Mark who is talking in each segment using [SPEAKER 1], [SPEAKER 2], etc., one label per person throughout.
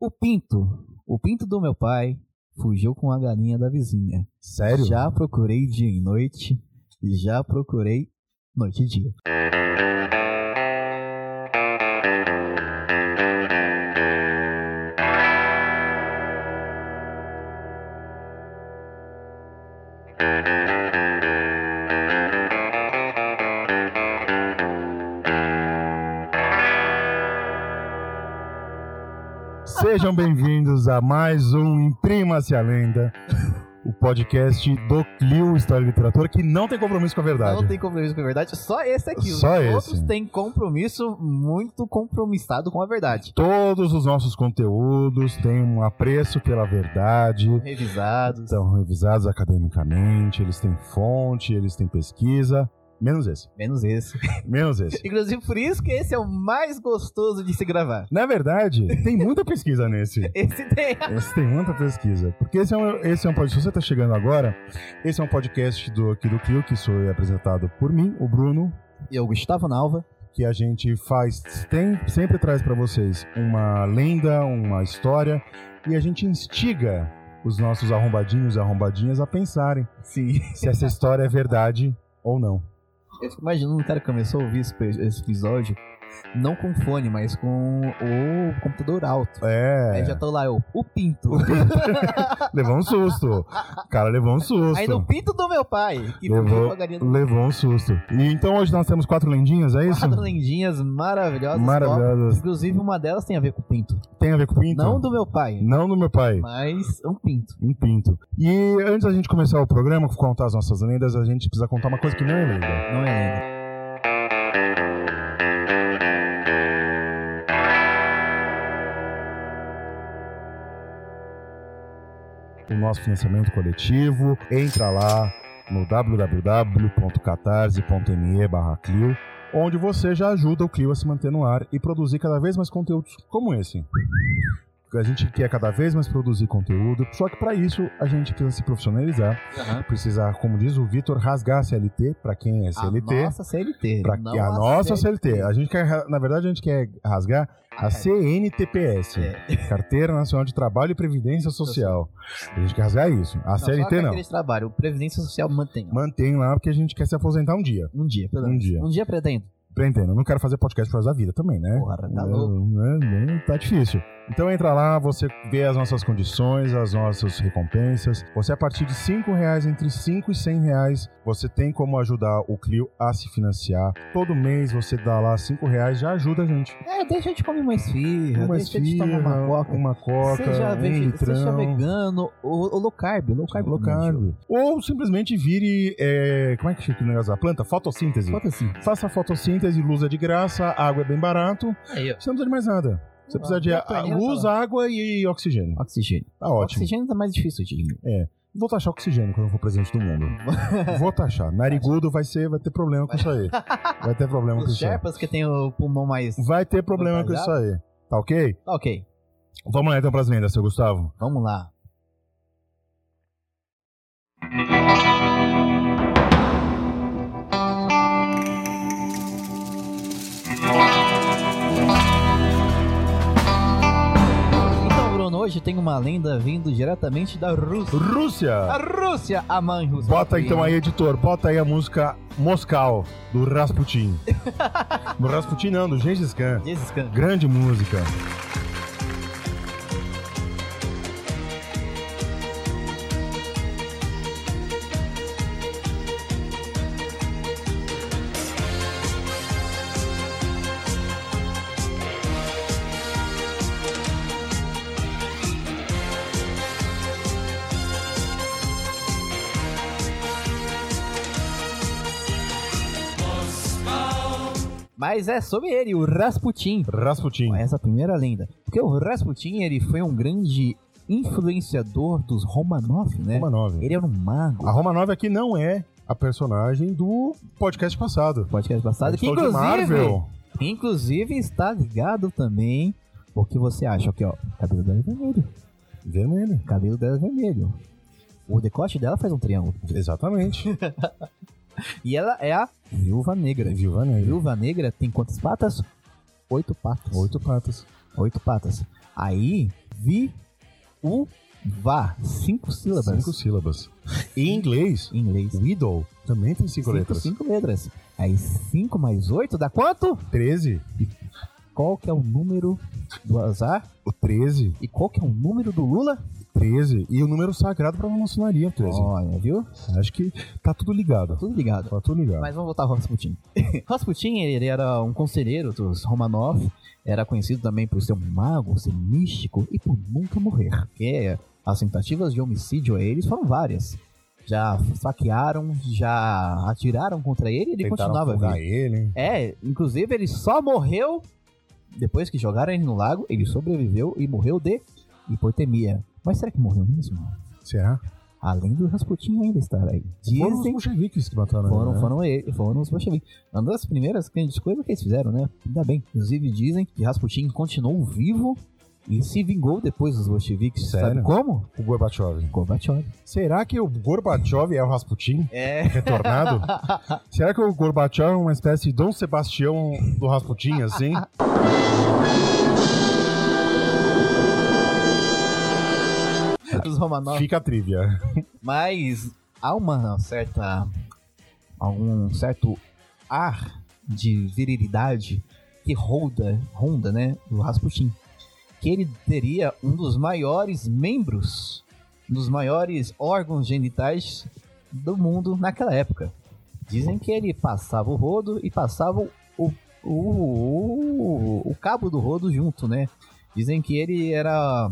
[SPEAKER 1] O pinto. O pinto do meu pai fugiu com a galinha da vizinha.
[SPEAKER 2] Sério?
[SPEAKER 1] Já procurei dia e noite. E já procurei noite e dia.
[SPEAKER 2] Sejam bem-vindos a mais um Imprima-se a Lenda, o podcast do Clio História e Literatura, que não tem compromisso com a verdade.
[SPEAKER 1] Não tem compromisso com a verdade, só esse aqui. Os
[SPEAKER 2] Só esse.
[SPEAKER 1] outros têm compromisso muito compromissado com a verdade.
[SPEAKER 2] Todos os nossos conteúdos têm um apreço pela verdade,
[SPEAKER 1] Revisados.
[SPEAKER 2] são revisados academicamente, eles têm fonte, eles têm pesquisa, menos esse,
[SPEAKER 1] Menos esse.
[SPEAKER 2] menos esse.
[SPEAKER 1] Inclusive, por isso que esse é o mais gostoso de se gravar.
[SPEAKER 2] Na verdade, tem muita pesquisa nesse.
[SPEAKER 1] Esse tem.
[SPEAKER 2] Esse tem muita pesquisa. Porque esse é um, esse é um podcast. Se você está chegando agora, esse é um podcast do, aqui do Clio, que sou apresentado por mim, o Bruno,
[SPEAKER 1] E o Gustavo Nalva.
[SPEAKER 2] que a gente faz, tem, sempre traz para vocês uma lenda, uma história, e a gente instiga os nossos arrombadinhos e arrombadinhas a pensarem
[SPEAKER 1] Sim.
[SPEAKER 2] se essa história é verdade ou não.
[SPEAKER 1] Eu fico imaginando um cara que começou a ouvir esse pe- esse episódio, não com fone, mas com o computador alto. Aí
[SPEAKER 2] É,
[SPEAKER 1] já tô lá, eu, o pinto.
[SPEAKER 2] levou um susto. O cara levou um susto.
[SPEAKER 1] Aí no pinto do meu pai, que
[SPEAKER 2] Eu
[SPEAKER 1] fugiu
[SPEAKER 2] vou-
[SPEAKER 1] com a galinha do
[SPEAKER 2] Levou um susto. E então hoje nós temos quatro lendinhas, é isso?
[SPEAKER 1] Quatro lendinhas maravilhosas. top.
[SPEAKER 2] Maravilhosas.
[SPEAKER 1] Inclusive, uma delas tem a ver com pinto.
[SPEAKER 2] Tem a ver com o pinto?
[SPEAKER 1] Não do meu pai,
[SPEAKER 2] Não do meu pai.
[SPEAKER 1] mas um pinto.
[SPEAKER 2] Um pinto. E antes da gente começar o programa, contar as nossas lendas, a gente precisa contar uma coisa que não é lenda.
[SPEAKER 1] Não é lenda.
[SPEAKER 2] O nosso financiamento coletivo, entra lá no www.catarse.me barra Clio, onde você já ajuda o Clio a se manter no ar e produzir cada vez mais conteúdos como esse. A gente quer cada vez mais produzir conteúdo, só que para isso a gente precisa se profissionalizar, precisa, como diz o Vitor, rasgar a CLT, para quem é CLT.
[SPEAKER 1] A nossa CLT.
[SPEAKER 2] Pra
[SPEAKER 1] não
[SPEAKER 2] que a nossa CLT. A gente quer, ra- na verdade, a gente quer rasgar a CNTPS,
[SPEAKER 1] É.
[SPEAKER 2] Carteira Nacional de Trabalho e Previdência Social. A gente quer rasgar isso. A
[SPEAKER 1] Não, só a
[SPEAKER 2] CLT
[SPEAKER 1] carteira
[SPEAKER 2] não.
[SPEAKER 1] de trabalho. Previdência Social mantém. ó.
[SPEAKER 2] Mantém lá porque a gente quer se aposentar um dia.
[SPEAKER 1] Um dia, pelo
[SPEAKER 2] Um
[SPEAKER 1] menos.
[SPEAKER 2] dia.
[SPEAKER 1] Um dia pretendo.
[SPEAKER 2] Pretendo. Eu não quero fazer podcast por causa da vida também, né?
[SPEAKER 1] Porra, tá
[SPEAKER 2] É,
[SPEAKER 1] louco.
[SPEAKER 2] né, né, tá difícil. Então entra lá, você vê as nossas condições, as nossas recompensas. Você a partir de cinco reais, entre 5 e 100 reais, você tem como ajudar o Clio a se financiar. Todo mês você dá lá cinco reais, já ajuda a gente.
[SPEAKER 1] É, deixa eu te comer uma esfirra,
[SPEAKER 2] uma
[SPEAKER 1] deixa eu te tomar
[SPEAKER 2] esfirra,
[SPEAKER 1] uma coca.
[SPEAKER 2] uma coca,
[SPEAKER 1] seja,
[SPEAKER 2] um
[SPEAKER 1] vege-
[SPEAKER 2] litrão,
[SPEAKER 1] seja vegano ou, ou low carb, low carb.
[SPEAKER 2] low carb. Ou simplesmente vire, é, como é que fica o negócio da planta? Fotossíntese.
[SPEAKER 1] Bota assim.
[SPEAKER 2] Faça fotossíntese, luz é de graça, água é bem barato,
[SPEAKER 1] Aí, ó.
[SPEAKER 2] você não precisa de mais nada. Você
[SPEAKER 1] Ah,
[SPEAKER 2] precisa de
[SPEAKER 1] eu
[SPEAKER 2] a-
[SPEAKER 1] apanhei,
[SPEAKER 2] luz,
[SPEAKER 1] tá
[SPEAKER 2] água e oxigênio.
[SPEAKER 1] Oxigênio.
[SPEAKER 2] Tá ótimo. Então,
[SPEAKER 1] Oxigênio tá mais difícil de diminuir.
[SPEAKER 2] Vou taxar oxigênio quando eu for presidente do mundo. Vou taxar. Narigudo vai, ser, vai ter problema com isso aí. Vai ter problema com
[SPEAKER 1] Os
[SPEAKER 2] isso aí.
[SPEAKER 1] Sherpas que tem o pulmão mais.
[SPEAKER 2] Vai ter problema com isso aí. Tá ok?
[SPEAKER 1] Tá, Ok,
[SPEAKER 2] Vamos lá então pras lendas, seu Gustavo.
[SPEAKER 1] vamos lá. Então, Bruno, hoje tem uma lenda vindo diretamente da Rússia.
[SPEAKER 2] Rússia!
[SPEAKER 1] A Rússia, a mãe russa.
[SPEAKER 2] Bota então aí, editor, bota aí a música Moscal, do Rasputin. do Rasputin não, do Gengis Khan.
[SPEAKER 1] Jesus Khan.
[SPEAKER 2] Grande música.
[SPEAKER 1] Mas é sobre ele, o Rasputin.
[SPEAKER 2] Rasputin.
[SPEAKER 1] Essa primeira lenda. Porque o Rasputin, ele foi um grande influenciador dos Romanov, né?
[SPEAKER 2] Roma 9.
[SPEAKER 1] Ele era um mago.
[SPEAKER 2] A Roma 9 aqui não é a personagem do podcast passado.
[SPEAKER 1] Podcast passado. Que
[SPEAKER 2] Estou de
[SPEAKER 1] inclusive,
[SPEAKER 2] Marvel.
[SPEAKER 1] inclusive está ligado também. O que você acha? Aqui, ó. O cabelo dela é vermelho.
[SPEAKER 2] Vermelho.
[SPEAKER 1] O cabelo dela é vermelho. O decote dela faz um triângulo.
[SPEAKER 2] Exatamente.
[SPEAKER 1] E ela é a viúva negra.
[SPEAKER 2] É Viúva Negra.
[SPEAKER 1] Viúva negra tem quantas patas? Oito patas.
[SPEAKER 2] Oito patas.
[SPEAKER 1] Oito patas. Aí Viúva. Cinco sílabas.
[SPEAKER 2] Cinco sílabas. Em inglês,
[SPEAKER 1] Em inglês.
[SPEAKER 2] widow também tem cinco, letras.
[SPEAKER 1] Cinco letras. Aí 5 mais 8 dá quanto?
[SPEAKER 2] Treze.
[SPEAKER 1] Qual que é o número do azar?
[SPEAKER 2] O treze.
[SPEAKER 1] E qual que é o número do Lula?
[SPEAKER 2] Treze. E o número sagrado pra maçonaria, treze.
[SPEAKER 1] Olha, viu?
[SPEAKER 2] Acho que tá tudo ligado.
[SPEAKER 1] Tudo ligado.
[SPEAKER 2] Tá tudo ligado.
[SPEAKER 1] Mas vamos voltar ao Rasputin. Rasputin, ele era um conselheiro dos Romanov, era conhecido também por ser um mago, ser místico e por nunca morrer. Porque as tentativas de homicídio a eles foram várias. Já saquearam, já atiraram contra ele e ele
[SPEAKER 2] Tentaram
[SPEAKER 1] continuava
[SPEAKER 2] afogar
[SPEAKER 1] vivo.
[SPEAKER 2] ele. hein?
[SPEAKER 1] É, inclusive ele só morreu depois que jogaram ele no lago, ele sobreviveu e morreu de hipotermia. Mas será que morreu mesmo?
[SPEAKER 2] Será?
[SPEAKER 1] Além do Rasputin ainda estar aí.
[SPEAKER 2] Foram os
[SPEAKER 1] Dizem
[SPEAKER 2] bolcheviques que mataram ele,
[SPEAKER 1] foram,
[SPEAKER 2] né?
[SPEAKER 1] foram, ele- foram os bolcheviques. Uma das primeiras grandes coisas que eles fizeram, né? Ainda bem. Inclusive dizem que Rasputin continuou vivo e se vingou depois dos bolcheviques.
[SPEAKER 2] Sério?
[SPEAKER 1] Sabe como?
[SPEAKER 2] O Gorbachev.
[SPEAKER 1] Gorbachev.
[SPEAKER 2] Será que o Gorbachev é o Rasputin
[SPEAKER 1] É.
[SPEAKER 2] retornado? Será que o Gorbachev é uma espécie de Dom Sebastião do Rasputin, assim?
[SPEAKER 1] Dos Romanov.
[SPEAKER 2] Fica a trivia.
[SPEAKER 1] Mas há uma certa. algum certo ar de virilidade que ronda, ronda, né? O Rasputin. Que ele teria um dos maiores membros, um dos maiores órgãos genitais do mundo naquela época. Dizem que ele passava o rodo e passava o, o, o, o cabo do rodo junto, né? Dizem que ele era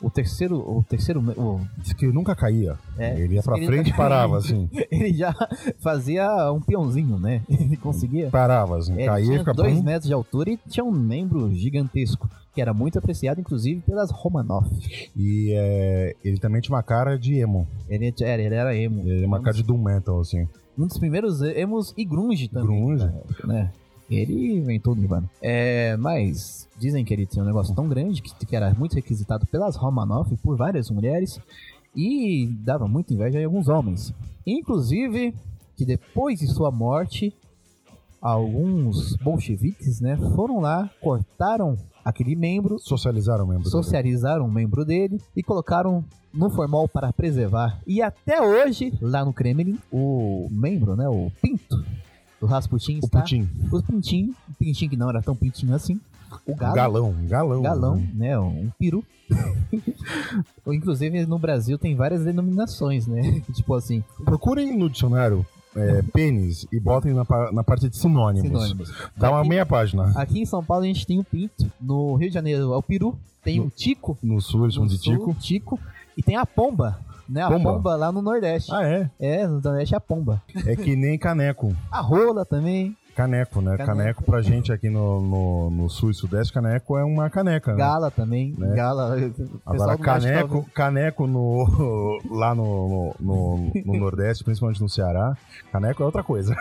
[SPEAKER 1] o terceiro, o terceiro, o
[SPEAKER 2] Diz que nunca caía.
[SPEAKER 1] É,
[SPEAKER 2] ele ia pra
[SPEAKER 1] ele
[SPEAKER 2] frente e
[SPEAKER 1] nunca
[SPEAKER 2] parava, assim.
[SPEAKER 1] ele já fazia um peãozinho, né? Ele conseguia.
[SPEAKER 2] Parava, assim.
[SPEAKER 1] É,
[SPEAKER 2] caía e
[SPEAKER 1] tinha
[SPEAKER 2] ficava...
[SPEAKER 1] dois metros de altura e tinha um membro gigantesco, que era muito apreciado, inclusive, pelas Romanov.
[SPEAKER 2] E é, ele também tinha uma cara de emo.
[SPEAKER 1] Ele era, ele era emo.
[SPEAKER 2] Ele é uma
[SPEAKER 1] Um
[SPEAKER 2] cara de doom metal, assim.
[SPEAKER 1] dos- Um dos primeiros emos e grunge também.
[SPEAKER 2] Grunge.
[SPEAKER 1] na época, Né? Ele inventou o Nirvana. É, mas dizem que ele tinha um negócio tão grande que, que era muito requisitado pelas Romanov, por várias mulheres, e dava muita inveja em alguns homens. Inclusive, que depois de sua morte, alguns bolcheviques, né, foram lá, cortaram aquele membro,
[SPEAKER 2] Socializaram mesmo.
[SPEAKER 1] socializaram o membro dele e colocaram no formal para preservar. E até hoje, lá no Kremlin, o membro, né, o pinto do Rasputin
[SPEAKER 2] O
[SPEAKER 1] está...
[SPEAKER 2] Putin.
[SPEAKER 1] O pintinho, o pintinho que não era tão pintinho assim, o
[SPEAKER 2] Um
[SPEAKER 1] galo,
[SPEAKER 2] galão. Um galão.
[SPEAKER 1] galão, né, um peru. Inclusive, no Brasil tem várias denominações, né, tipo assim,
[SPEAKER 2] Procurem no dicionário é, pênis e botem na, pa- na parte de sinônimos.
[SPEAKER 1] sinônimos.
[SPEAKER 2] Dá tá uma
[SPEAKER 1] Aqui-
[SPEAKER 2] meia página.
[SPEAKER 1] Aqui em São Paulo a gente tem o pinto, no Rio de Janeiro é o peru, tem o tico,
[SPEAKER 2] No sul eles chamam
[SPEAKER 1] no
[SPEAKER 2] de
[SPEAKER 1] sul,
[SPEAKER 2] tico.
[SPEAKER 1] tico, e tem a pomba, né, a
[SPEAKER 2] Pomba.
[SPEAKER 1] pomba, lá no Nordeste.
[SPEAKER 2] Ah, é?
[SPEAKER 1] É, no Nordeste é a pomba.
[SPEAKER 2] É que nem caneco.
[SPEAKER 1] A rola também,
[SPEAKER 2] Caneco, né? Caneco,
[SPEAKER 1] Caneco.
[SPEAKER 2] pra gente aqui no, no, no sul e sudeste, caneco é uma caneca, né?
[SPEAKER 1] gala também,
[SPEAKER 2] Né?
[SPEAKER 1] gala. o pessoal
[SPEAKER 2] Agora,
[SPEAKER 1] do norte tá
[SPEAKER 2] caneco, caneco no, lá no, no, no- no Nordeste, principalmente no Ceará, caneco é outra coisa.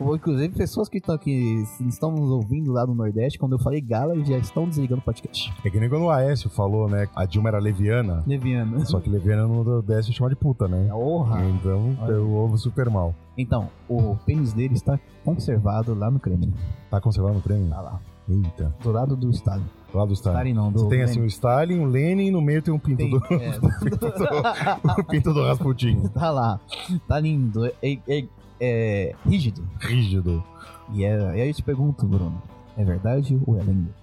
[SPEAKER 1] Ou, Inclusive, pessoas que estão aqui, estão nos ouvindo lá no Nordeste, quando eu falei gala, já estão desligando o podcast.
[SPEAKER 2] É que nem quando o Aécio falou, né? A Dilma era leviana,
[SPEAKER 1] Leviana.
[SPEAKER 2] só que leviana no Nordeste é chamada de puta, né?
[SPEAKER 1] Honra.
[SPEAKER 2] Então,
[SPEAKER 1] Olha.
[SPEAKER 2] eu ouvo super mal.
[SPEAKER 1] Então, o pênis dele está conservado lá no Kremlin.
[SPEAKER 2] Tá conservando o prêmio?
[SPEAKER 1] Tá lá.
[SPEAKER 2] Eita,
[SPEAKER 1] Do lado do Estado.
[SPEAKER 2] lá do Stalin.
[SPEAKER 1] Stalin não, do
[SPEAKER 2] Você tem assim
[SPEAKER 1] Lenin.
[SPEAKER 2] o Stalin, o Lenin e no meio tem um pinto,
[SPEAKER 1] Tem,
[SPEAKER 2] do,
[SPEAKER 1] é,
[SPEAKER 2] o pinto do Rasputin.
[SPEAKER 1] tá lá. Tá lindo. É, é- é rígido.
[SPEAKER 2] Rígido.
[SPEAKER 1] E, é- e aí eu te pergunto, Bruno. É verdade ou é lindo?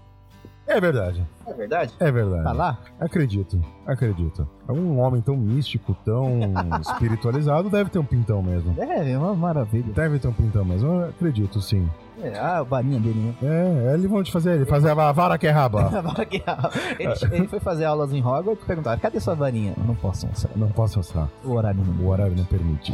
[SPEAKER 2] É verdade,
[SPEAKER 1] É verdade?
[SPEAKER 2] é verdade.
[SPEAKER 1] Tá lá?
[SPEAKER 2] Acredito, acredito. Um homem tão místico, tão espiritualizado, deve ter um pintão mesmo.
[SPEAKER 1] É, é uma maravilha.
[SPEAKER 2] Deve ter um pintão mesmo, eu acredito sim.
[SPEAKER 1] É, a varinha dele, né?
[SPEAKER 2] É, eles vão te fazer, ele fazer a vara que é raba.
[SPEAKER 1] Ah. ele, ele foi fazer aulas em Hogwarts e perguntaram, cadê sua varinha? Eu não posso mostrar.
[SPEAKER 2] Não posso mostrar,
[SPEAKER 1] O horário não.
[SPEAKER 2] o horário não permite.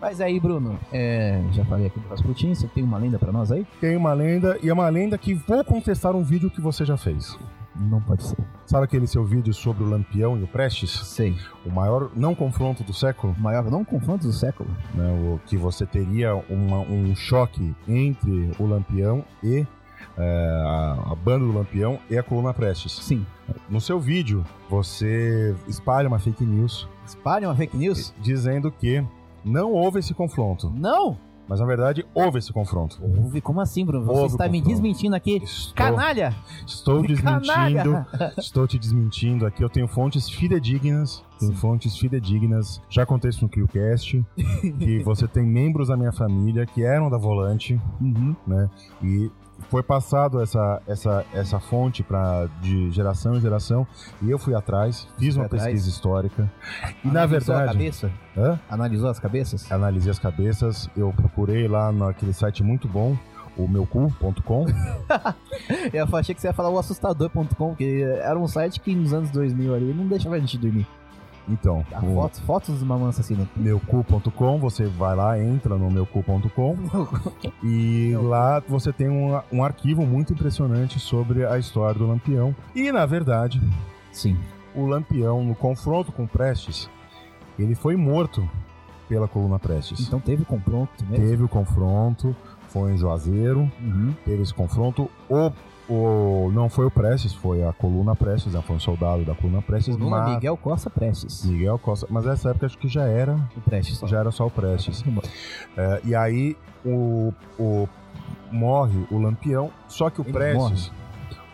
[SPEAKER 1] Mas aí, Bruno, é, já falei aqui do Rasputin, você tem uma lenda pra nós aí?
[SPEAKER 2] Tem uma lenda, e é uma lenda que vou contestar um vídeo que você já fez.
[SPEAKER 1] Não pode ser.
[SPEAKER 2] Sabe aquele seu vídeo sobre o Lampião e o Prestes?
[SPEAKER 1] Sei.
[SPEAKER 2] O maior não confronto do século?
[SPEAKER 1] O maior não confronto do século.
[SPEAKER 2] né, o que você teria uma- um choque entre o Lampião e é, a, a banda do Lampião e a coluna Prestes.
[SPEAKER 1] Sim.
[SPEAKER 2] No seu vídeo, você espalha uma fake news
[SPEAKER 1] Espalham a fake news?
[SPEAKER 2] dizendo que não houve esse confronto.
[SPEAKER 1] Não!
[SPEAKER 2] Mas na verdade houve esse confronto.
[SPEAKER 1] Houve, como assim, Bruno? Você
[SPEAKER 2] Houve
[SPEAKER 1] está me
[SPEAKER 2] confronto.
[SPEAKER 1] desmentindo aqui.
[SPEAKER 2] Estou-
[SPEAKER 1] Canalha!
[SPEAKER 2] Estou desmentindo,
[SPEAKER 1] Canalha!
[SPEAKER 2] estou te desmentindo aqui. Eu tenho fontes fidedignas, tenho fontes fidedignas. Já contei isso no CrioCast, que você tem membros da minha família que eram da Volante
[SPEAKER 1] Uhum.
[SPEAKER 2] e foi passado essa, essa, essa fonte pra, de geração em geração e eu fui atrás, fiz uma
[SPEAKER 1] Foi atrás.
[SPEAKER 2] pesquisa histórica e na
[SPEAKER 1] Analisou A
[SPEAKER 2] verdade...
[SPEAKER 1] cabeça? É.
[SPEAKER 2] Hã?
[SPEAKER 1] Analisou as cabeças?
[SPEAKER 2] analisei as cabeças, eu procurei lá naquele site muito bom, o meucu.com.
[SPEAKER 1] Eu achei que você ia falar o assustador.com, que era um site que nos anos 2000 ali não deixava a gente dormir.
[SPEAKER 2] Então,
[SPEAKER 1] Tá,
[SPEAKER 2] o
[SPEAKER 1] fotos, fotos de mamãe assassina.
[SPEAKER 2] meucu.com, você vai lá, entra no meucu.com e lá você tem um, um arquivo muito impressionante sobre a história do Lampião. E, na verdade,
[SPEAKER 1] Sim.
[SPEAKER 2] o Lampião, no confronto com Prestes, ele foi morto pela coluna Prestes.
[SPEAKER 1] Então teve confronto mesmo.
[SPEAKER 2] Teve o confronto, foi em Juazeiro,
[SPEAKER 1] Uhum.
[SPEAKER 2] teve esse confronto. O, o, não foi o Prestes, foi a coluna Prestes, né? foi um soldado da coluna Prestes,
[SPEAKER 1] Coluna
[SPEAKER 2] mas
[SPEAKER 1] Miguel Costa Prestes.
[SPEAKER 2] Miguel Costa. Mas nessa época acho que já era,
[SPEAKER 1] O Prestes. só.
[SPEAKER 2] já era só o Prestes. É, e aí o, o morre o Lampião, só que o
[SPEAKER 1] Ele
[SPEAKER 2] Prestes,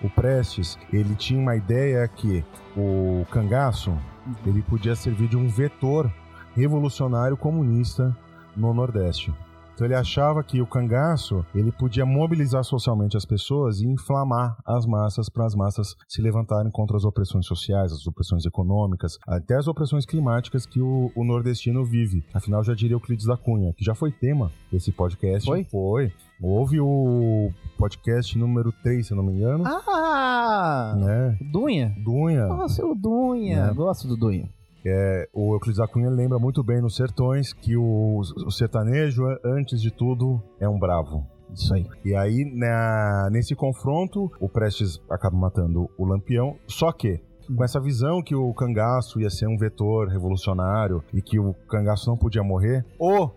[SPEAKER 2] o Prestes, ele tinha uma ideia que o cangaço ele podia servir de um vetor revolucionário comunista no Nordeste. Então ele achava que o cangaço ele podia mobilizar socialmente as pessoas e inflamar as massas para as massas se levantarem contra as opressões sociais, as opressões econômicas, até as opressões climáticas que o, o nordestino vive. Afinal, já diria Euclides da Cunha, que já foi tema desse podcast.
[SPEAKER 1] Foi?
[SPEAKER 2] Foi. Houve o podcast número 3, se eu não me engano.
[SPEAKER 1] Ah!
[SPEAKER 2] Né?
[SPEAKER 1] Dunha?
[SPEAKER 2] Dunha.
[SPEAKER 1] Nossa, o Dunha.
[SPEAKER 2] Né?
[SPEAKER 1] Gosto do Dunha.
[SPEAKER 2] O Euclides da Cunha lembra muito bem nos sertões que o, o sertanejo, é, antes de tudo, é um bravo.
[SPEAKER 1] Isso aí.
[SPEAKER 2] E aí, na- nesse confronto, o Prestes acaba matando o Lampião. Só que, com essa visão que o cangaço ia ser um vetor revolucionário e que o cangaço não podia morrer, o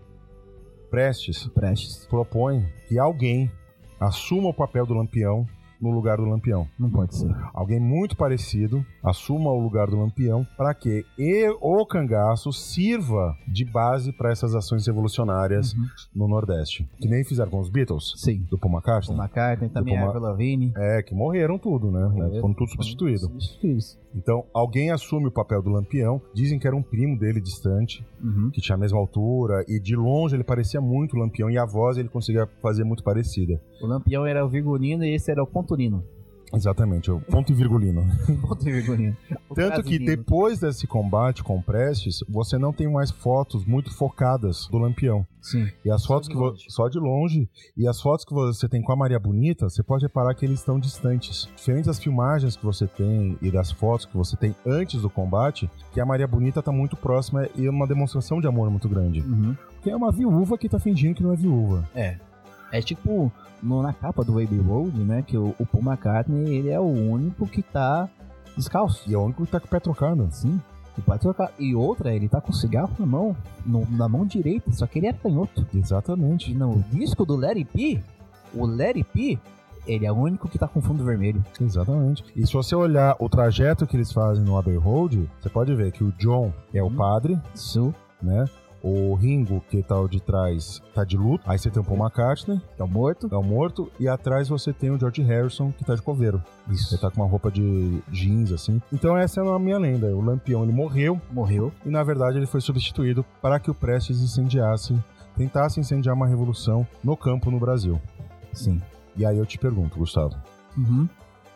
[SPEAKER 2] Prestes
[SPEAKER 1] Prestes.
[SPEAKER 2] propõe que alguém assuma o papel do Lampião no lugar do Lampião
[SPEAKER 1] Não pode ser.
[SPEAKER 2] alguém muito parecido assuma o lugar do Lampião para que e- o cangaço sirva de base para essas ações revolucionárias
[SPEAKER 1] Uhum.
[SPEAKER 2] no Nordeste. Que nem fizeram com os Beatles,
[SPEAKER 1] Sim.
[SPEAKER 2] do Paul
[SPEAKER 1] O
[SPEAKER 2] McCartney.
[SPEAKER 1] McCartney também,
[SPEAKER 2] Paul
[SPEAKER 1] a
[SPEAKER 2] Ma-
[SPEAKER 1] Avril Lavigne.
[SPEAKER 2] É, que morreram tudo, né?
[SPEAKER 1] Morreram.
[SPEAKER 2] Foram tudo substituídos.
[SPEAKER 1] Substituídos.
[SPEAKER 2] Então, alguém assume o papel do Lampião. Dizem que era um primo dele distante,
[SPEAKER 1] Uhum.
[SPEAKER 2] que tinha a mesma altura, e de longe ele parecia muito o Lampião, e a voz ele conseguia fazer muito parecida.
[SPEAKER 1] O Lampião era o Virgulino e esse era o Ponturino.
[SPEAKER 2] Exatamente, é o ponto e virgulino.
[SPEAKER 1] Ponto e Virgulino. O
[SPEAKER 2] Tanto que
[SPEAKER 1] Brasilino.
[SPEAKER 2] depois desse combate com o Prestes, você não tem mais fotos muito focadas do Lampião.
[SPEAKER 1] Sim.
[SPEAKER 2] E as
[SPEAKER 1] Só
[SPEAKER 2] fotos
[SPEAKER 1] de
[SPEAKER 2] que vo-
[SPEAKER 1] longe.
[SPEAKER 2] só de longe e as fotos que você tem com a Maria Bonita, você pode reparar que eles estão distantes. Diferente das filmagens que você tem e das fotos que você tem antes do combate, que a Maria Bonita tá muito próxima e é uma demonstração de amor muito grande.
[SPEAKER 1] Uhum.
[SPEAKER 2] Porque é uma viúva que tá fingindo que não é viúva.
[SPEAKER 1] É tipo, no- na capa do Baby Road, né? Que o, o Paul McCartney, ele é o único que tá descalço.
[SPEAKER 2] E é o único que tá com o pé trocado.
[SPEAKER 1] Sim. E pode trocar. E outra, ele tá com o cigarro na mão, no- na mão direita, só que ele é canhoto. E
[SPEAKER 2] Exatamente.
[SPEAKER 1] no disco do Larry P, o Larry P, ele é o único que tá com fundo vermelho.
[SPEAKER 2] Exatamente. E se você olhar o trajeto que eles fazem no Abbey Road, você pode ver que o John é o
[SPEAKER 1] Hum.
[SPEAKER 2] padre,
[SPEAKER 1] Isso
[SPEAKER 2] né? O Ringo, que tá o de trás, tá de luto. Aí você tem o Paul McCartney,
[SPEAKER 1] é o morto.
[SPEAKER 2] é o morto. E atrás você tem o George Harrison, que tá de coveiro.
[SPEAKER 1] Isso.
[SPEAKER 2] Ele tá com uma roupa de jeans, assim. Então essa é a minha lenda. O Lampião, ele morreu.
[SPEAKER 1] Morreu.
[SPEAKER 2] E, na verdade, ele foi substituído para que o Prestes incendiasse, tentasse incendiar uma revolução no campo no Brasil.
[SPEAKER 1] Sim.
[SPEAKER 2] E aí eu te pergunto, Gustavo.
[SPEAKER 1] Uhum.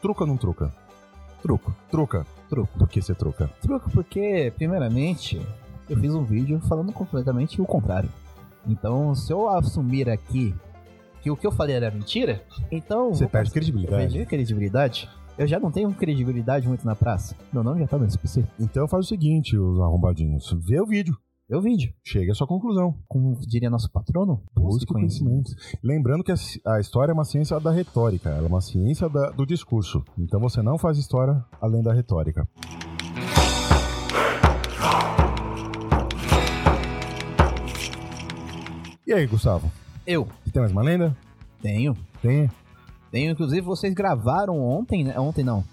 [SPEAKER 2] Truca ou não truca?
[SPEAKER 1] Truco.
[SPEAKER 2] Truca.
[SPEAKER 1] Truco.
[SPEAKER 2] Por que você truca?
[SPEAKER 1] Truco porque, primeiramente, eu fiz um vídeo falando completamente o contrário. Então, se eu assumir aqui que o que eu falei era mentira, então.
[SPEAKER 2] Você
[SPEAKER 1] vou-
[SPEAKER 2] tá perde
[SPEAKER 1] eu
[SPEAKER 2] credibilidade.
[SPEAKER 1] perdi a credibilidade. Eu já não tenho credibilidade muito na praça. Meu nome já tá no SPC.
[SPEAKER 2] Então faz o seguinte, os arrombadinhos. Vê o vídeo.
[SPEAKER 1] Eu vídeo.
[SPEAKER 2] Chega à sua conclusão.
[SPEAKER 1] Como diria nosso patrono,
[SPEAKER 2] Busque o conhecimento. Lembrando que a, ci- a história é uma ciência da retórica. Ela é uma ciência da- do discurso. Então você não faz história além da retórica. E aí, Gustavo?
[SPEAKER 1] Eu
[SPEAKER 2] Você tem mais uma lenda?
[SPEAKER 1] tenho.
[SPEAKER 2] Tem?
[SPEAKER 1] Tenho, inclusive, vocês gravaram ontem, né? Ontem não.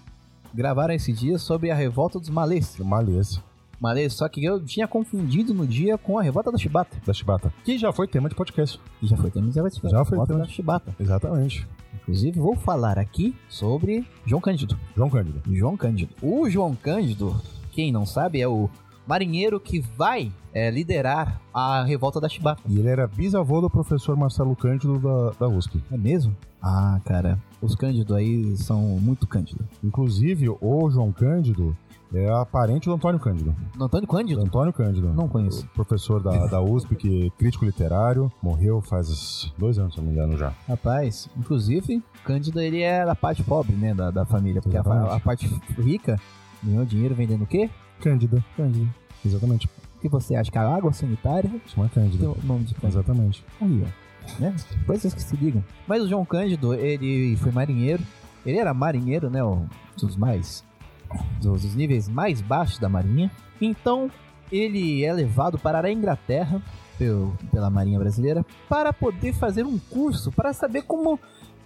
[SPEAKER 1] Gravaram esse dia sobre a revolta dos malês.
[SPEAKER 2] Malês.
[SPEAKER 1] Maneiro, só que eu tinha confundido no dia com a revolta da Chibata.
[SPEAKER 2] da Chibata. Que já foi tema de podcast.
[SPEAKER 1] E já foi tema de revolta
[SPEAKER 2] Já foi
[SPEAKER 1] revolta
[SPEAKER 2] tema
[SPEAKER 1] da Chibata.
[SPEAKER 2] Exatamente.
[SPEAKER 1] Inclusive, vou falar aqui sobre João Cândido.
[SPEAKER 2] João Cândido.
[SPEAKER 1] João Cândido. O João Cândido, quem não sabe, é o marinheiro que vai é, liderar a revolta da Chibata.
[SPEAKER 2] E ele era bisavô do professor Marcelo Cândido da, da USP.
[SPEAKER 1] É mesmo? Ah, cara, os Cândido aí são muito Cândido.
[SPEAKER 2] Inclusive, o João Cândido é parente do Antônio Cândido.
[SPEAKER 1] Do Antônio Cândido?
[SPEAKER 2] Antônio Cândido.
[SPEAKER 1] Não conheço.
[SPEAKER 2] Professor da, da USP, que é crítico literário, morreu faz dois anos, se eu não me engano, já.
[SPEAKER 1] Rapaz, inclusive, Cândido ele é da parte pobre, né, da, da família. Porque a, fa-
[SPEAKER 2] Exatamente.
[SPEAKER 1] a parte rica ganhou dinheiro vendendo o quê?
[SPEAKER 2] Cândido.
[SPEAKER 1] Cândido.
[SPEAKER 2] Exatamente.
[SPEAKER 1] O que você acha que a água sanitária
[SPEAKER 2] Chama Cândido.
[SPEAKER 1] tem o nome de Cândido?
[SPEAKER 2] Exatamente.
[SPEAKER 1] Aí, ó. Né? Coisas que se ligam. Mas o João Cândido, ele foi marinheiro. Ele era marinheiro, né? Um dos mais. Dos, dos níveis mais baixos da marinha. Então, ele é levado para a Inglaterra pelo- pela Marinha Brasileira para poder fazer um curso para saber como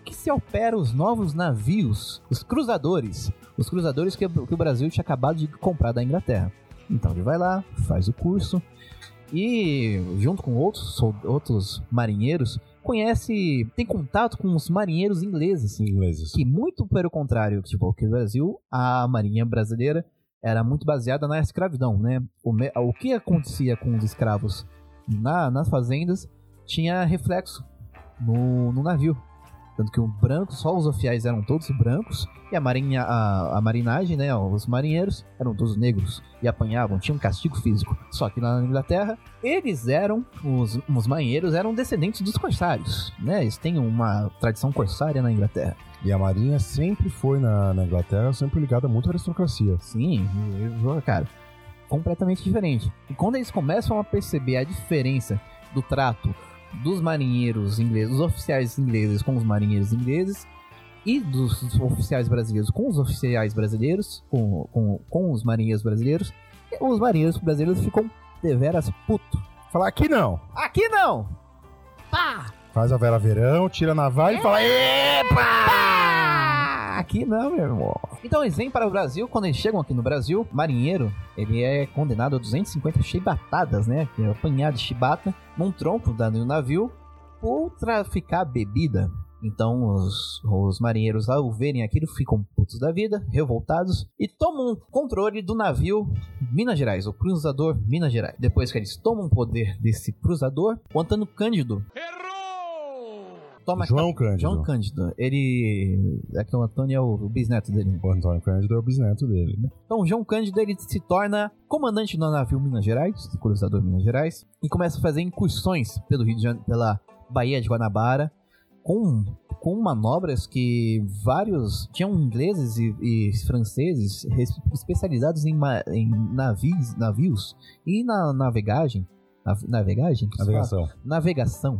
[SPEAKER 1] que se opera os novos navios, os cruzadores. Os cruzadores que, que o Brasil tinha acabado de comprar da Inglaterra. Então ele vai lá, faz o curso, e junto com outros, sol- outros marinheiros, conhece, tem contato com os marinheiros ingleses, assim,
[SPEAKER 2] Ingleses.
[SPEAKER 1] que muito pelo contrário, tipo, que no Brasil, a marinha brasileira era muito baseada na escravidão, né? O, me- o que acontecia com os escravos na, nas fazendas tinha reflexo no, no navio. Tanto que o branco, só os oficiais eram todos brancos, e a, marinha, a, a marinagem, né, os marinheiros, eram todos negros, e apanhavam, tinham castigo físico. Só que lá na Inglaterra, eles eram, os, os marinheiros eram descendentes dos corsários, né, eles têm uma tradição corsária na Inglaterra.
[SPEAKER 2] E a Marinha sempre foi na, na Inglaterra, sempre ligada muito à aristocracia.
[SPEAKER 1] Sim, eu- eu- cara, completamente diferente. E quando eles começam a perceber a diferença do trato dos marinheiros ingleses, dos oficiais ingleses com os marinheiros ingleses, e dos oficiais brasileiros com os oficiais brasileiros, com, com, com os marinheiros brasileiros, e os marinheiros brasileiros ficam deveras puto.
[SPEAKER 2] Falar aqui não.
[SPEAKER 1] Aqui não! Pá!
[SPEAKER 2] Faz a Vera Verão, tira a navalha e fala: Epa!
[SPEAKER 1] Ah, Aqui não, meu irmão. Então eles vêm para o Brasil, quando eles chegam aqui no Brasil, marinheiro, ele é condenado a 250 chibatadas, né? Que é apanhado de chibata num tronco da- do navio por traficar bebida. Então os, os marinheiros ao verem aquilo ficam putos da vida, revoltados, e tomam o controle do navio Minas Gerais, o cruzador Minas Gerais. Depois que eles tomam o poder desse cruzador, o Antônio Cândido toma
[SPEAKER 2] João Cândido.
[SPEAKER 1] Oh! tá- João Cândido, ele. É que o Antônio é o bisneto dele.
[SPEAKER 2] O Antônio Cândido é o bisneto dele. né?
[SPEAKER 1] Então, o João Cândido ele se torna comandante do navio Minas Gerais, do cruzador Minas Gerais, e começa a fazer incursões pelo Rio de Janeiro, pela Baía de Guanabara, com, com manobras que vários. Tinham ingleses e, e franceses res- especializados em, ma- em navios, navios e na navegagem. nav- navegagem? que se fala?
[SPEAKER 2] Navegação.
[SPEAKER 1] navegação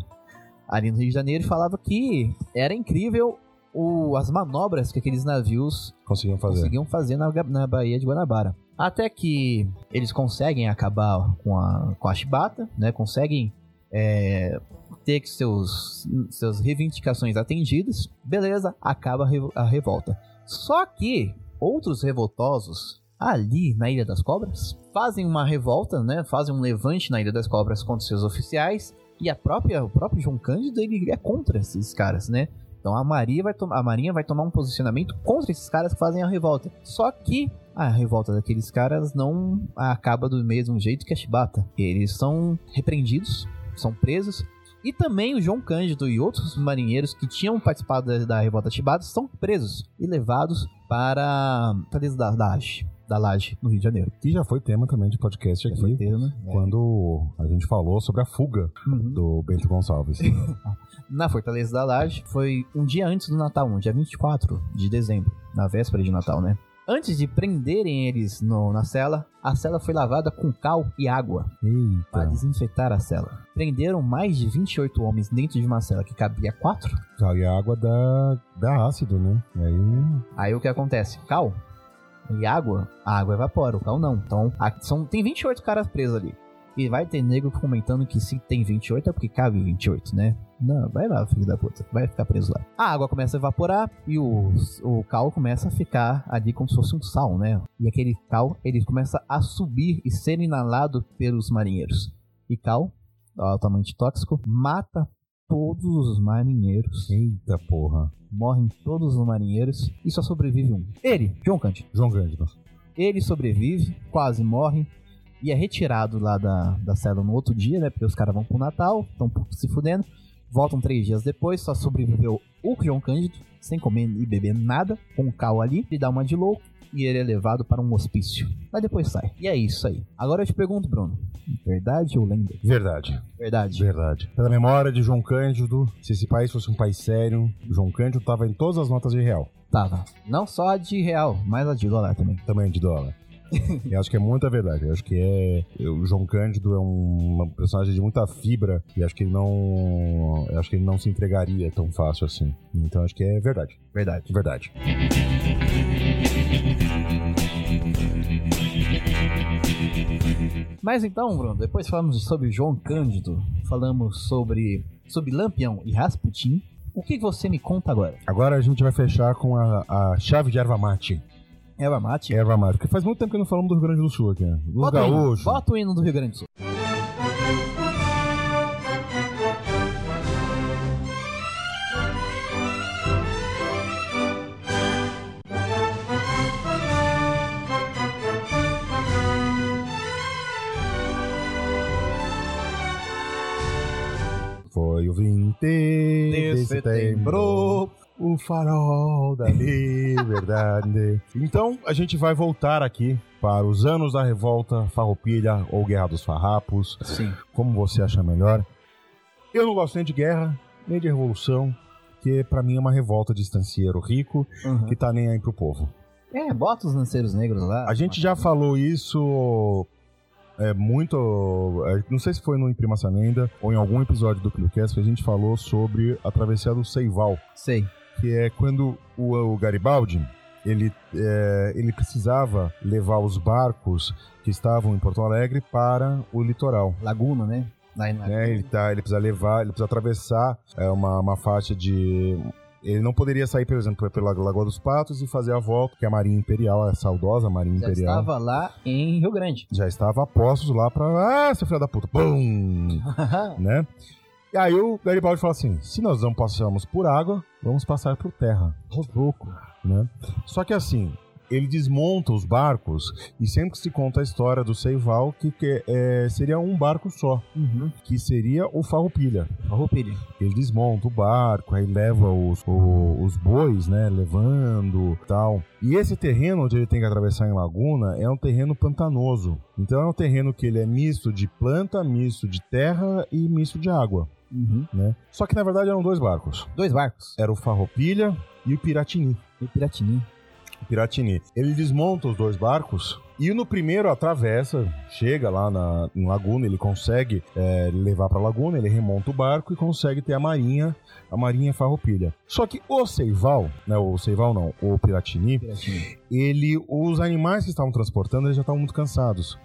[SPEAKER 1] ali no Rio de Janeiro e falava que era incrível o, as manobras que aqueles navios
[SPEAKER 2] Conseguiam fazer.
[SPEAKER 1] conseguiam fazer na, Ga- na Baía de Guanabara. Até que eles conseguem acabar com a, com a chibata, né? Conseguem é, ter que seus, seus reivindicações atendidas. Beleza, acaba a, revo- a revolta. Só que outros revoltosos ali na Ilha das Cobras fazem uma revolta, né? Fazem um levante na Ilha das Cobras contra seus oficiais. E a própria, o próprio João Cândido ele é contra esses caras, né? Então a Maria vai tomar, a Marinha vai tomar um posicionamento contra esses caras que fazem a revolta. Só que a revolta daqueles caras não acaba do mesmo jeito que a Chibata. Eles são repreendidos, são presos. E também o João Cândido e outros marinheiros que tinham participado da, da revolta Chibata são presos e levados para a cadeia da Laje, da Laje, no Rio de Janeiro.
[SPEAKER 2] E já foi tema também de podcast
[SPEAKER 1] Com
[SPEAKER 2] aqui,
[SPEAKER 1] certeza, né?
[SPEAKER 2] quando a gente falou sobre a fuga
[SPEAKER 1] Uhum.
[SPEAKER 2] do Bento Gonçalves.
[SPEAKER 1] na Fortaleza da Laje foi um dia antes do Natal, um dia 24 de dezembro, na véspera de Natal, né? Antes de prenderem eles no- na cela, a cela foi lavada com cal e água para
[SPEAKER 2] Eita,
[SPEAKER 1] desinfetar a cela. Prenderam mais de 28 homens dentro de uma cela que cabia quatro.
[SPEAKER 2] cai a água dá, dá ácido, né? E aí,
[SPEAKER 1] Aí o que acontece? Cal e água, a água evapora, o cal não. Então, a- são, tem 28 caras presos ali. E vai ter nego comentando que se tem 28 é porque cabe 28, né? Não, vai lá, filho da puta. Vai ficar preso lá. A água começa a evaporar e o, o cal começa a ficar ali como se fosse um sal, né? E aquele cal, ele começa a subir e ser inalado pelos marinheiros. E cal, altamente tóxico, mata todos os marinheiros.
[SPEAKER 2] Eita porra.
[SPEAKER 1] Morrem todos os marinheiros e só sobrevive um. Ele, John Cândido.
[SPEAKER 2] João Cândido.
[SPEAKER 1] Ele sobrevive, quase morre e é retirado lá da, da cela no outro dia, né? Porque os caras vão pro Natal, estão se fudendo. Voltam três dias depois, só sobreviveu o John Cândido, sem comer e beber nada, com o cal ali, ele dá uma de louco e ele é levado para um hospício. Mas depois sai. E é isso aí. Agora eu te pergunto, Bruno: verdade ou lenda?
[SPEAKER 2] Verdade.
[SPEAKER 1] Verdade.
[SPEAKER 2] Verdade. Pela memória de João Cândido, se esse país fosse um país sério, João Cândido tava em todas as notas de real.
[SPEAKER 1] Tava. Não só a de real, mas a de dólar também.
[SPEAKER 2] Também de dólar. Eu acho que é muita verdade. Eu acho que é. eu- O João Cândido é um uma personagem de muita fibra e acho que ele não. Eu acho que ele não se entregaria tão fácil assim. Então acho que é verdade.
[SPEAKER 1] Verdade.
[SPEAKER 2] Verdade.
[SPEAKER 1] Mas então, Bruno, depois falamos sobre João Cândido, falamos sobre, sobre Lampião e Rasputin. O que você me conta agora?
[SPEAKER 2] Agora a gente vai fechar com a, a chave de erva mate.
[SPEAKER 1] Eva Mate?
[SPEAKER 2] Erva mate. Porque é faz muito tempo que não falamos do Rio Grande do Sul aqui. né? Dos
[SPEAKER 1] Bota o hino,
[SPEAKER 2] gaúchos.
[SPEAKER 1] Bota o hino do Rio Grande do Sul.
[SPEAKER 2] Foi o 20 de, setembro. O farol da liberdade. então, a gente vai voltar aqui para os anos da revolta, farroupilha ou guerra dos farrapos,
[SPEAKER 1] Sim.
[SPEAKER 2] como você acha melhor. Eu não gosto nem de guerra, nem de revolução, que pra mim é uma revolta de estanceiro rico
[SPEAKER 1] Uhum.
[SPEAKER 2] que tá nem aí pro povo.
[SPEAKER 1] É, bota os lanceiros negros lá.
[SPEAKER 2] A gente já falou isso é muito. é, Não sei se foi no Imprimação ainda ou em algum episódio do Cluecast que a gente falou sobre a travessia do Seival,
[SPEAKER 1] Sei.
[SPEAKER 2] que é quando o, o Garibaldi ele, é, ele precisava levar os barcos que estavam em Porto Alegre para o litoral.
[SPEAKER 1] Laguna, né? Lá em Laguna.
[SPEAKER 2] Né? Ele, tá, ele precisa levar, ele precisa atravessar é, uma, uma faixa de. Ele não poderia sair, por exemplo, pela Lagoa dos Patos e fazer a volta, que a Marinha Imperial, a saudosa Marinha
[SPEAKER 1] Já
[SPEAKER 2] Imperial
[SPEAKER 1] estava lá em Rio Grande.
[SPEAKER 2] já estava a postos lá pra. Ah, seu filho da puta! Bum! né? E aí o Garibaldi fala assim: se nós não passamos por água, vamos passar por terra. louco, né? Só que assim. Ele desmonta os barcos e sempre se conta a história do Seival, que, que é, seria um barco só,
[SPEAKER 1] uhum.
[SPEAKER 2] que seria o Farroupilha.
[SPEAKER 1] Roupilha.
[SPEAKER 2] Ele desmonta o barco, aí leva os, o- os bois, né? Levando tal. E esse terreno onde ele tem que atravessar em Laguna é um terreno pantanoso. Então é um terreno que ele é misto de planta, misto de terra e misto de água,
[SPEAKER 1] Uhum.
[SPEAKER 2] né? Só que na verdade eram dois barcos.
[SPEAKER 1] Dois barcos.
[SPEAKER 2] Era o Farroupilha e o Piratini.
[SPEAKER 1] E Piratini.
[SPEAKER 2] o Piratini. Ele desmonta os dois barcos e no primeiro atravessa, chega lá na, em Laguna, ele consegue é, levar pra Laguna, ele remonta o barco e consegue ter a marinha, a marinha farroupilha. Só que o Seival, né, o Seival não, o Piratini,
[SPEAKER 1] Piratini.
[SPEAKER 2] ele, os animais que estavam transportando, eles já estavam muito cansados.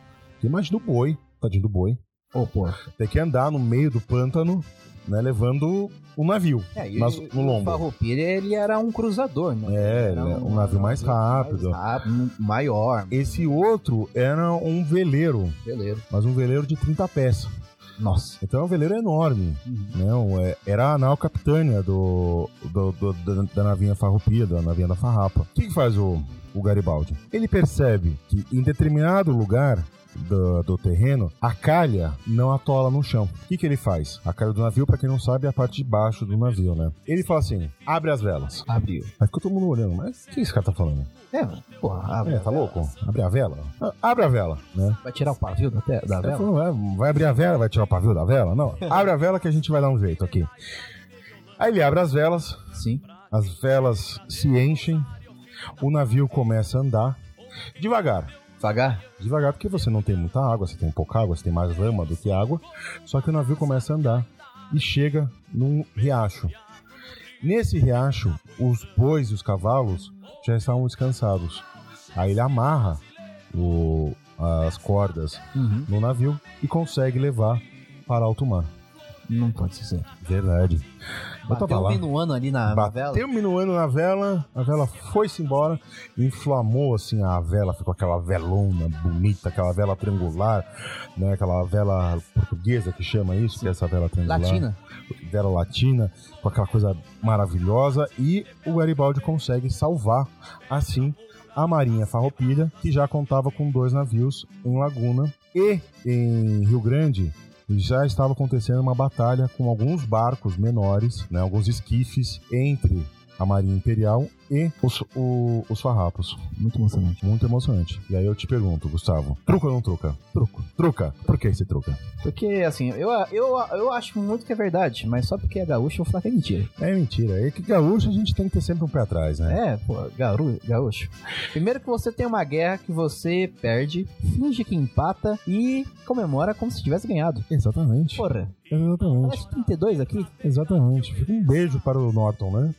[SPEAKER 2] Imagina o boi, tadinho do boi,
[SPEAKER 1] Ô, pô.
[SPEAKER 2] ter que andar no meio do pântano, né, levando o navio.
[SPEAKER 1] É, e
[SPEAKER 2] Mas
[SPEAKER 1] o-
[SPEAKER 2] no lombo.
[SPEAKER 1] O Farroupilha, ele era um cruzador, né?
[SPEAKER 2] É,
[SPEAKER 1] Era
[SPEAKER 2] né, um navio mais rápido.
[SPEAKER 1] mais rápido, um maior,
[SPEAKER 2] Esse outro era um veleiro,
[SPEAKER 1] beleza.
[SPEAKER 2] mas um veleiro de 30 pés.
[SPEAKER 1] Nossa.
[SPEAKER 2] Então é um veleiro enorme.
[SPEAKER 1] Uhum.
[SPEAKER 2] Né? Um, é- Era a nau capitânia do, do- do- da, da navinha farroupia, da navinha da farrapa. O que, que faz o, o Garibaldi? Ele percebe que em determinado lugar do, do terreno, a calha não atola no chão. O que, que ele faz? A calha do navio, pra quem não sabe, é a parte de baixo do navio, né? Ele fala assim, abre as velas.
[SPEAKER 1] Abriu.
[SPEAKER 2] Aí ficou todo mundo olhando, mas o que esse cara tá falando?
[SPEAKER 1] É, mano. porra, abre.
[SPEAKER 2] É, tá louco? Abre a vela? Ah, Abre a vela, né?
[SPEAKER 1] Vai tirar o pavio da, te- da
[SPEAKER 2] Aí
[SPEAKER 1] vela?
[SPEAKER 2] falou, "Vai- vai abrir a vela, vai tirar o pavio da vela? Não, abre a vela que a gente vai dar um jeito aqui. Aí ele abre as velas,
[SPEAKER 1] Sim.
[SPEAKER 2] as velas se enchem, o navio começa a andar devagar.
[SPEAKER 1] Devagar?
[SPEAKER 2] Devagar, porque você não tem muita água, você tem pouca água, você tem mais lama do que água. Só que o navio começa a andar e chega num riacho. Nesse riacho, os bois e os cavalos já estavam descansados. Aí ele amarra o, as cordas
[SPEAKER 1] Uhum.
[SPEAKER 2] no navio e consegue levar para alto mar.
[SPEAKER 1] Não pode ser.
[SPEAKER 2] Verdade. Eu
[SPEAKER 1] Bateu
[SPEAKER 2] tava
[SPEAKER 1] um
[SPEAKER 2] lá.
[SPEAKER 1] minuano ali na na vela.
[SPEAKER 2] Bateu minuando na vela, a vela foi-se embora, inflamou assim a vela, ficou aquela velona bonita, aquela vela triangular, né? Aquela vela portuguesa que chama isso, que é essa vela triangular.
[SPEAKER 1] Latina.
[SPEAKER 2] Vera Latina, com aquela coisa maravilhosa, e o Garibaldi consegue salvar, assim, a Marinha Farroupilha, que já contava com dois navios um em Laguna e em Rio Grande. Já estava acontecendo uma batalha com alguns barcos menores, né, alguns esquifes, entre a Marinha Imperial e os, o- os farrapos.
[SPEAKER 1] Muito emocionante.
[SPEAKER 2] Muito emocionante. E aí eu te pergunto, Gustavo, truca ou não truca? Truco. Truca. Por que esse truca?
[SPEAKER 1] Porque, assim, eu, eu, eu acho muito que é verdade, mas só porque é gaúcho eu vou falar que é mentira.
[SPEAKER 2] É mentira. É que gaúcho a gente tem que ter sempre um pé atrás, né?
[SPEAKER 1] É, pô, garu, gaúcho. Primeiro que você tem uma guerra que você perde, finge que empata e comemora como se tivesse ganhado.
[SPEAKER 2] Exatamente.
[SPEAKER 1] Porra,
[SPEAKER 2] Exatamente.
[SPEAKER 1] parece 32 aqui.
[SPEAKER 2] Exatamente. Fica um beijo para o Norton, né?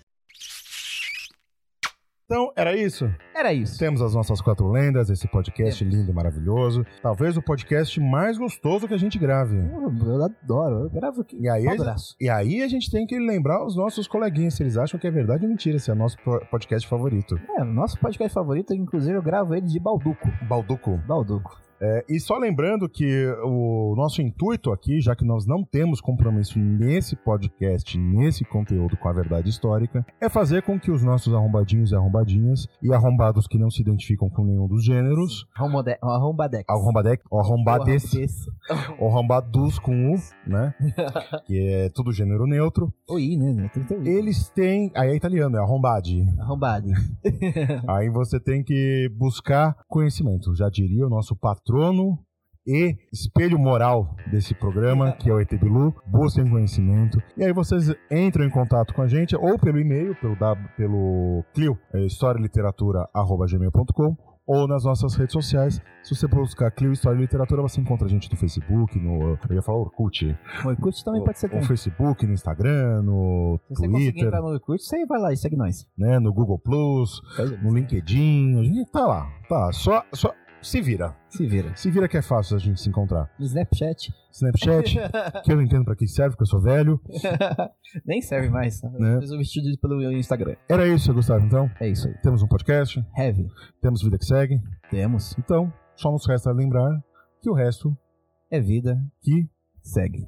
[SPEAKER 2] Então, era isso.
[SPEAKER 1] Era isso.
[SPEAKER 2] Temos as nossas quatro lendas, esse podcast lindo e maravilhoso. Talvez o podcast mais gostoso que a gente grave.
[SPEAKER 1] Eu eu adoro, eu gravo aqui.
[SPEAKER 2] E aí,
[SPEAKER 1] Um abraço.
[SPEAKER 2] e aí a gente tem que lembrar os nossos coleguinhas se eles acham que é verdade ou mentira, se é nosso pro- podcast favorito.
[SPEAKER 1] É, nosso podcast favorito, inclusive eu gravo ele de Balduco.
[SPEAKER 2] Balduco.
[SPEAKER 1] Balduco.
[SPEAKER 2] E só lembrando que o nosso intuito aqui, já que nós não temos compromisso nesse podcast, nesse conteúdo com a verdade histórica, é fazer com que os nossos arrombadinhos e arrombadinhas e arrombados que não se identificam com nenhum dos gêneros,
[SPEAKER 1] Arrombade- Arrombadex.
[SPEAKER 2] arrombadec, ou arrombades,
[SPEAKER 1] Arrombadex.
[SPEAKER 2] ou arrombados com U, né? que é tudo gênero neutro,
[SPEAKER 1] Oi, né? Tem que ter o i.
[SPEAKER 2] eles têm. Aí é italiano, é arrombade.
[SPEAKER 1] Arrombade.
[SPEAKER 2] Aí você tem que buscar conhecimento. Já diria o nosso patrono e espelho moral desse programa, que é o ET Bilu. Busquem conhecimento. E aí vocês entram em contato com a gente ou pelo e-mail, pelo, w, pelo Clio, é, historialiteratura.gmail.com ou nas nossas redes sociais. Se você buscar Clio História e Literatura, você encontra a gente no Facebook, no... Eu ia falar Orkut.
[SPEAKER 1] O Orkut também pode ser
[SPEAKER 2] No
[SPEAKER 1] também.
[SPEAKER 2] Facebook, no Instagram, no
[SPEAKER 1] Se você conseguir
[SPEAKER 2] Twitter,
[SPEAKER 1] entrar no Orkut, você vai lá e segue nós.
[SPEAKER 2] né, no Google+. Plus
[SPEAKER 1] Faz isso.
[SPEAKER 2] no LinkedIn, a gente tá lá, tá lá. Só, só se vira.
[SPEAKER 1] Se vira.
[SPEAKER 2] Se vira que é fácil a gente se encontrar.
[SPEAKER 1] No Snapchat.
[SPEAKER 2] Snapchat, que eu não entendo pra que serve, porque eu sou velho.
[SPEAKER 1] Nem serve mais.
[SPEAKER 2] Né?
[SPEAKER 1] Eu sou vestido pelo Instagram.
[SPEAKER 2] Era isso, Gustavo, então.
[SPEAKER 1] É isso aí.
[SPEAKER 2] Temos um podcast,
[SPEAKER 1] Heavy.
[SPEAKER 2] temos vida que segue.
[SPEAKER 1] Temos.
[SPEAKER 2] Então, só nos resta lembrar que o resto
[SPEAKER 1] É vida.
[SPEAKER 2] que
[SPEAKER 1] Segue.